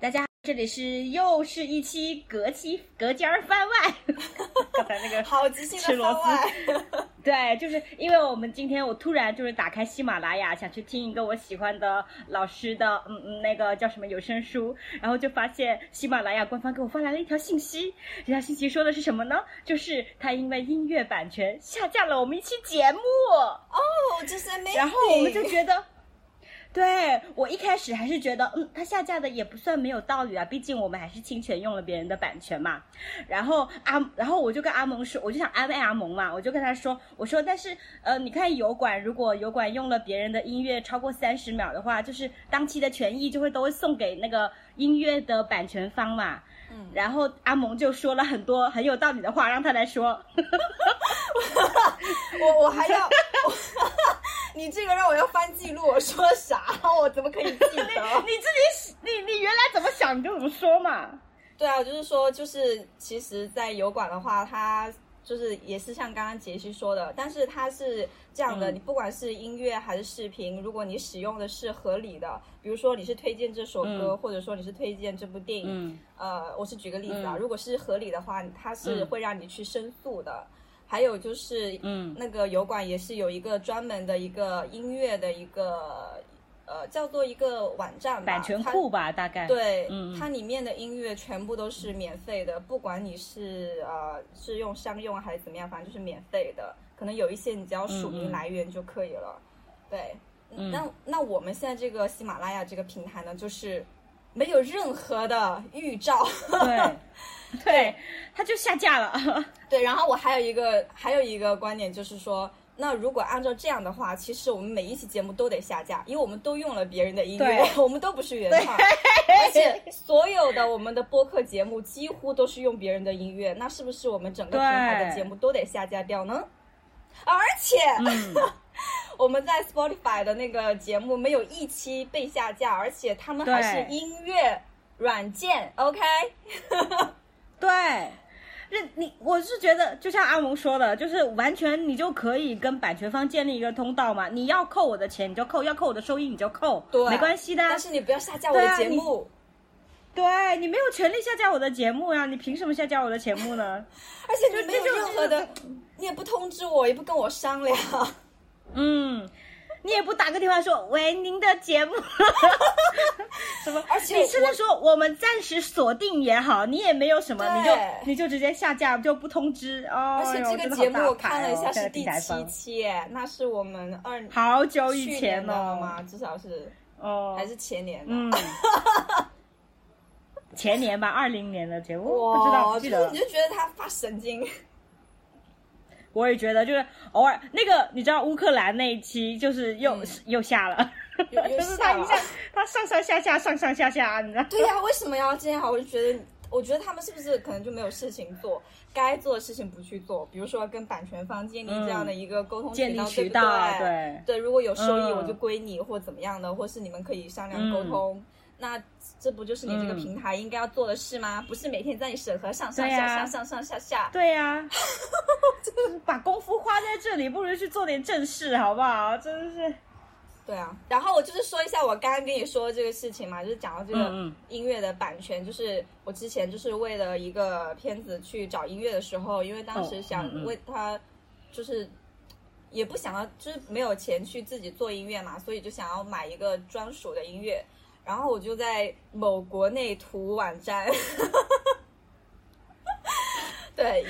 大家，这里是又是一期隔期隔间儿番 外。刚才那个好即兴吃的螺番外，对，就是因为我们今天我突然就是打开喜马拉雅，想去听一个我喜欢的老师的，嗯嗯，那个叫什么有声书，然后就发现喜马拉雅官方给我发来了一条信息，这条信息说的是什么呢？就是他因为音乐版权下架了我们一期节目，哦，这是 amazing。然后我 们就觉得。对我一开始还是觉得，嗯，他下架的也不算没有道理啊，毕竟我们还是侵权用了别人的版权嘛。然后阿，然后我就跟阿蒙说，我就想安慰阿蒙嘛，我就跟他说，我说，但是呃，你看油管，如果油管用了别人的音乐超过三十秒的话，就是当期的权益就会都会送给那个音乐的版权方嘛。嗯然后阿蒙就说了很多很有道理的话，让他来说。我我还要， 我你这个让我要翻记录，我说啥？我怎么可以记得？ 你自己，你你原来怎么想你就怎么说嘛。 对啊，就是说，就是其实，在油管的话，它就是也是像刚刚杰西说的，但是它是这样的，嗯你不管是音乐还是视频，如果你使用的是合理的，比如说你是推荐这首歌，嗯或者说你是推荐这部电影，嗯。呃，我是举个例子啊，嗯如果是合理的话，它是嗯会让你去申诉的。还有就是，嗯那个油管也是有一个专门的一个音乐的一个，呃，叫做一个网站吧，版权啊它库吧，大概。对，嗯嗯它里面的音乐全部都是免费的，不管你是呃是用商用还是怎么样，反正就是免费的。可能有一些你只要署嗯嗯名来源就可以了。对，嗯那那我们现在这个喜马拉雅这个平台呢，就是没有任何的预兆。 对对，它就下架了。对，然后我还有一个还有一个观点就是说。那如果按照这样的话，其实我们每一期节目都得下架，因为我们都用了别人的音乐，对我们都不是 原创，而且所有的我们的播客节目几乎都是用别人的音乐，那是不是我们整个平台的对节目都得下架掉呢？而且、嗯，我们在 Spotify 的那个节目没有一期被下架，而且他们还是对音乐软件，OK？ 对。这你我是觉得，就像阿蒙说的，就是完全你就可以跟版权方建立一个通道嘛。你要扣我的钱你就扣，要扣我的收益你就扣，对没关系的啊。但是你不要下架我的对啊节你目。对你没有权利下架我的节目呀、你凭什么下架我的节目呢？而且你没有就这任种何的，你也不通知我，也不跟我 商量。嗯，你也不打个电话说喂，您的节目什么？而且你甚至说我们暂时锁定也好，你也没有什么，你就对你就直接下架，就不通知哦。而哎且呦这真的个节好目大我看了一下牌哦是第现在平台七方期，那是我们二好久以去前年的了哦，嘛，至少是哦，还是前年的。 嗯，前年吧，二零年的节目，哇，不知道不记得就是了你。就觉得他发神 经，我也觉得，就是偶尔那个，你知道乌克兰那一期，就是又、嗯又下了，有有 就是他下一了下，他上上下下，上上下下，你知道。对呀、为什么要这样？我就觉得，我觉得他们是不是可能就没有事情做，该做的事情不去做，比如说跟版权方建立这样的一个沟通嗯建渠立道，渠对道，不对对，如果有收益嗯我就归你，或怎么样的，或是你们可以商量沟通。那这不就是你这个嗯平台应该要做的事吗？不是每天在你审核上上对下呀下上上下下。对 呀、就是把功夫花在这里，不如去做点正事，好不好？真是，对啊，然后我就是说一下我刚刚跟你说的这个事情嘛，就是讲到这嗯个嗯音乐的版权，就是我之前就是为了一个片子去找音乐的时候，因为当时哦嗯想嗯为他就是也不想要，就是没有钱去自己做音乐嘛，所以就想要买一个专属的音乐，然后我就在某国内图网站， 对，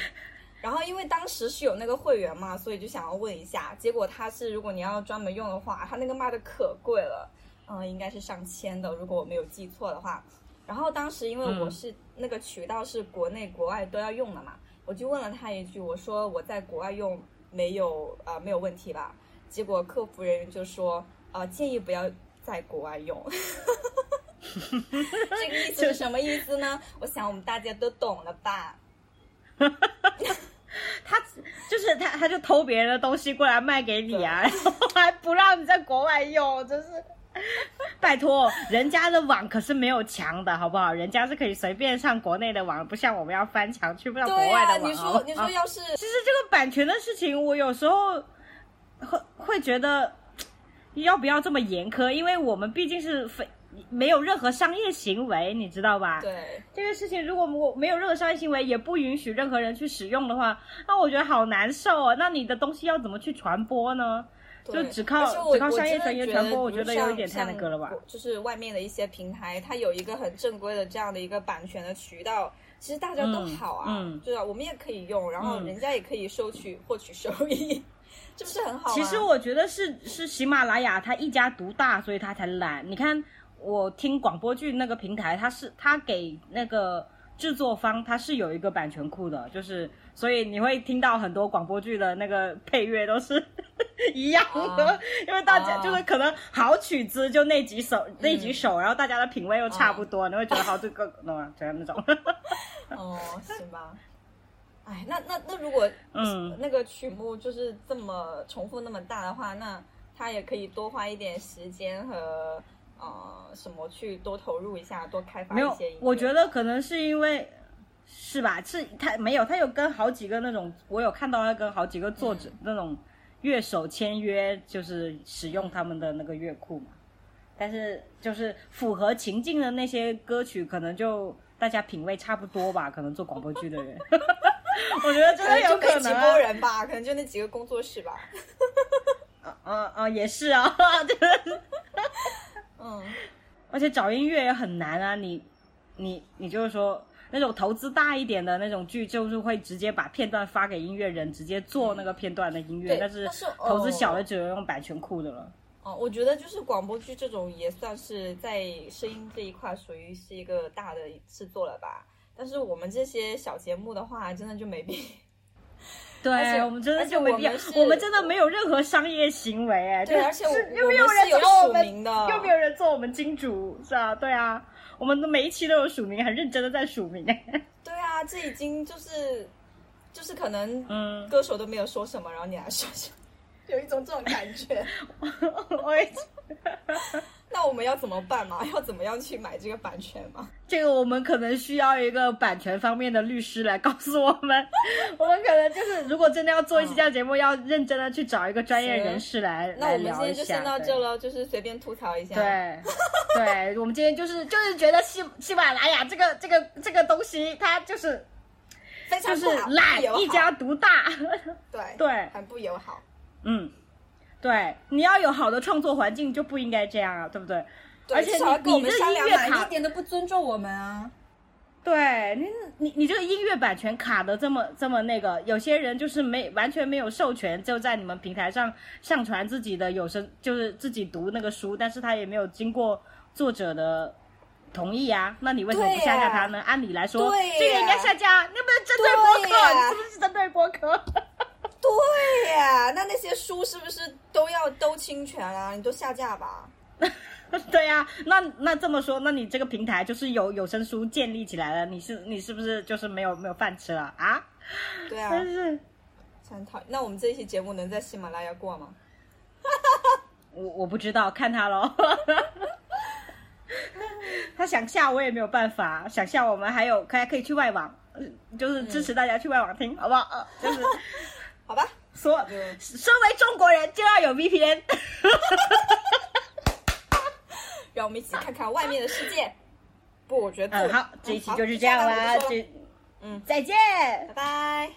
然后因为当时是有那个会员嘛，所以就想要问一下，结果它是如果你要专门用的话，它那个卖的可贵了，嗯、应该是上千的，如果我没有记错的话。然后当时因为我是、那个渠道是国内国外都要用的嘛，我就问了他一句，我说我在国外用没有啊、呃没有问题吧？结果客服人员就说啊、呃建议不要在国外用。 这个意思是什么意思呢？我想我们大家都懂了吧？他就是他，他就偷别人的东西过来卖给你啊，然后 还不让你在国外用，真是。拜托，人家的网可是没有墙的，好不好？人家是可以随便上国内的网，不像我们要翻墙去不了国对呀、外的网。啊你好不说好你说要是其实这个版权的事情，我有时候会会觉得要不要这么严苛，因为我们毕竟是非没有任何商业行为，你知道吧？对，这个事情如果我没有任何商业行为，也不允许任何人去使用的话，那我觉得好难受哦。那你的东西要怎么去传播呢？就对只靠而且我只靠商业我真传的言觉传播，我比觉如得有一点像太那个了吧像？就是外面的一些平台，它有一个很正规的这样的一个版权的渠道，其实大家都嗯好啊，嗯对啊，我们也可以用，然后嗯人家也可以收取获取收益， 这不是很好吗？其实我觉得是是喜马拉雅它一家独大，所以它才懒。你看我听广播剧那个平台，它是它给那个制作方它是有一个版权库的，就是所以你会听到很多广播剧的那个配乐都是 一样的，啊因为大家、啊就是可能好曲子就那几首、那几首，然后大家的品味又差不多，你会觉得好这个 懂吗？就是那种 哦，行吧。哎，那那那如果嗯那个曲目就是这么重复那么大的话，那他也可以多花一点时间和呃什么去多投入一下，多开发没一有些音乐。，我觉得可能是因为是吧？是他没有，他有跟好几个那种，我有看到他跟好几个作者、那种乐手签约，就是使用他们的那个乐库嘛。但是就是符合情境的那些歌曲，可能就大家品味差不多吧，可能做广播剧的人， 我觉得真的有就那可几能、波啊。人吧，可能就那几个工作室吧。嗯嗯，也是啊， 就是嗯，而且找音乐也很难啊，你你你就是说那种投资大一点的那种剧，就是会直接把片段发给音乐人，直接做那个片段的音乐。对但是但是投资哦小的只有用版权库的了。哦，我觉得就是广播剧这种也算是在声音这一块属于是一个大的制作了吧。但是我们这些小节目的话，真的就没必 而且对，我们真的而且就没必要我们，是我们真的没有任何商业行为哎。对就是而且我是我又没有们人是有找我署名们，的又没有人做我们金主，是啊，对啊，我们的每一期都有署名，很认真的在署名。哎对啊，这已经就是就是可能嗯，歌手都没有说什么，然后你来说什么，有一种这种感 觉。 我也那我们要怎么办嘛？要怎么样去买这个版权嘛？这个我们可能需要一个版权方面的律师来告诉我们， 我们可能就是如果真的要做一期这样节目，要认真的去找一个专业人士来嗯那来我们今聊一天就下。先到对这了，就是随便吐槽一下。，对，对，我们今天就是就是觉得喜喜马拉雅这个这个这个东西，它就是非常就是不好懒不友，好一家独大。 对对很不友好。嗯，对，你要有好的创作环境，就不应该这样啊，对不对？对而且至少要你跟我你们这商音量乐嘛，你卡一点都不尊重我们啊。对你，你你这个音乐版权卡的这么这么那个，有些人就是没完全没有授权，就在你们平台上上传自己的有声，就是自己读那个书，但是他也没有经过作者的同意啊，那你为什么不下架他呢？按理来说，对呀这个应该下架，你有没有针对播对呀客？你是不是针对播客？ 对呀，那那些书是不是都要都侵权啊？你都下架吧。对呀、那那这么说，那你这个平台就是有有声书建立起来了，你是你是不是就是没有没有饭吃了啊？对啊，真是。很讨厌。那我们这一期节目能在喜马拉雅过吗？我我不知道，看他喽。 他想下我也没有办法，想下我们还有还可以去外网，呃就是支持大家去外网听，好不好？呃 就是好吧，说，就身为中国人就要有 VPN。 让我们一起看看外面的世界。不，我觉得嗯，好，这一期就是这样好那我啦，们就说这嗯再见。拜拜。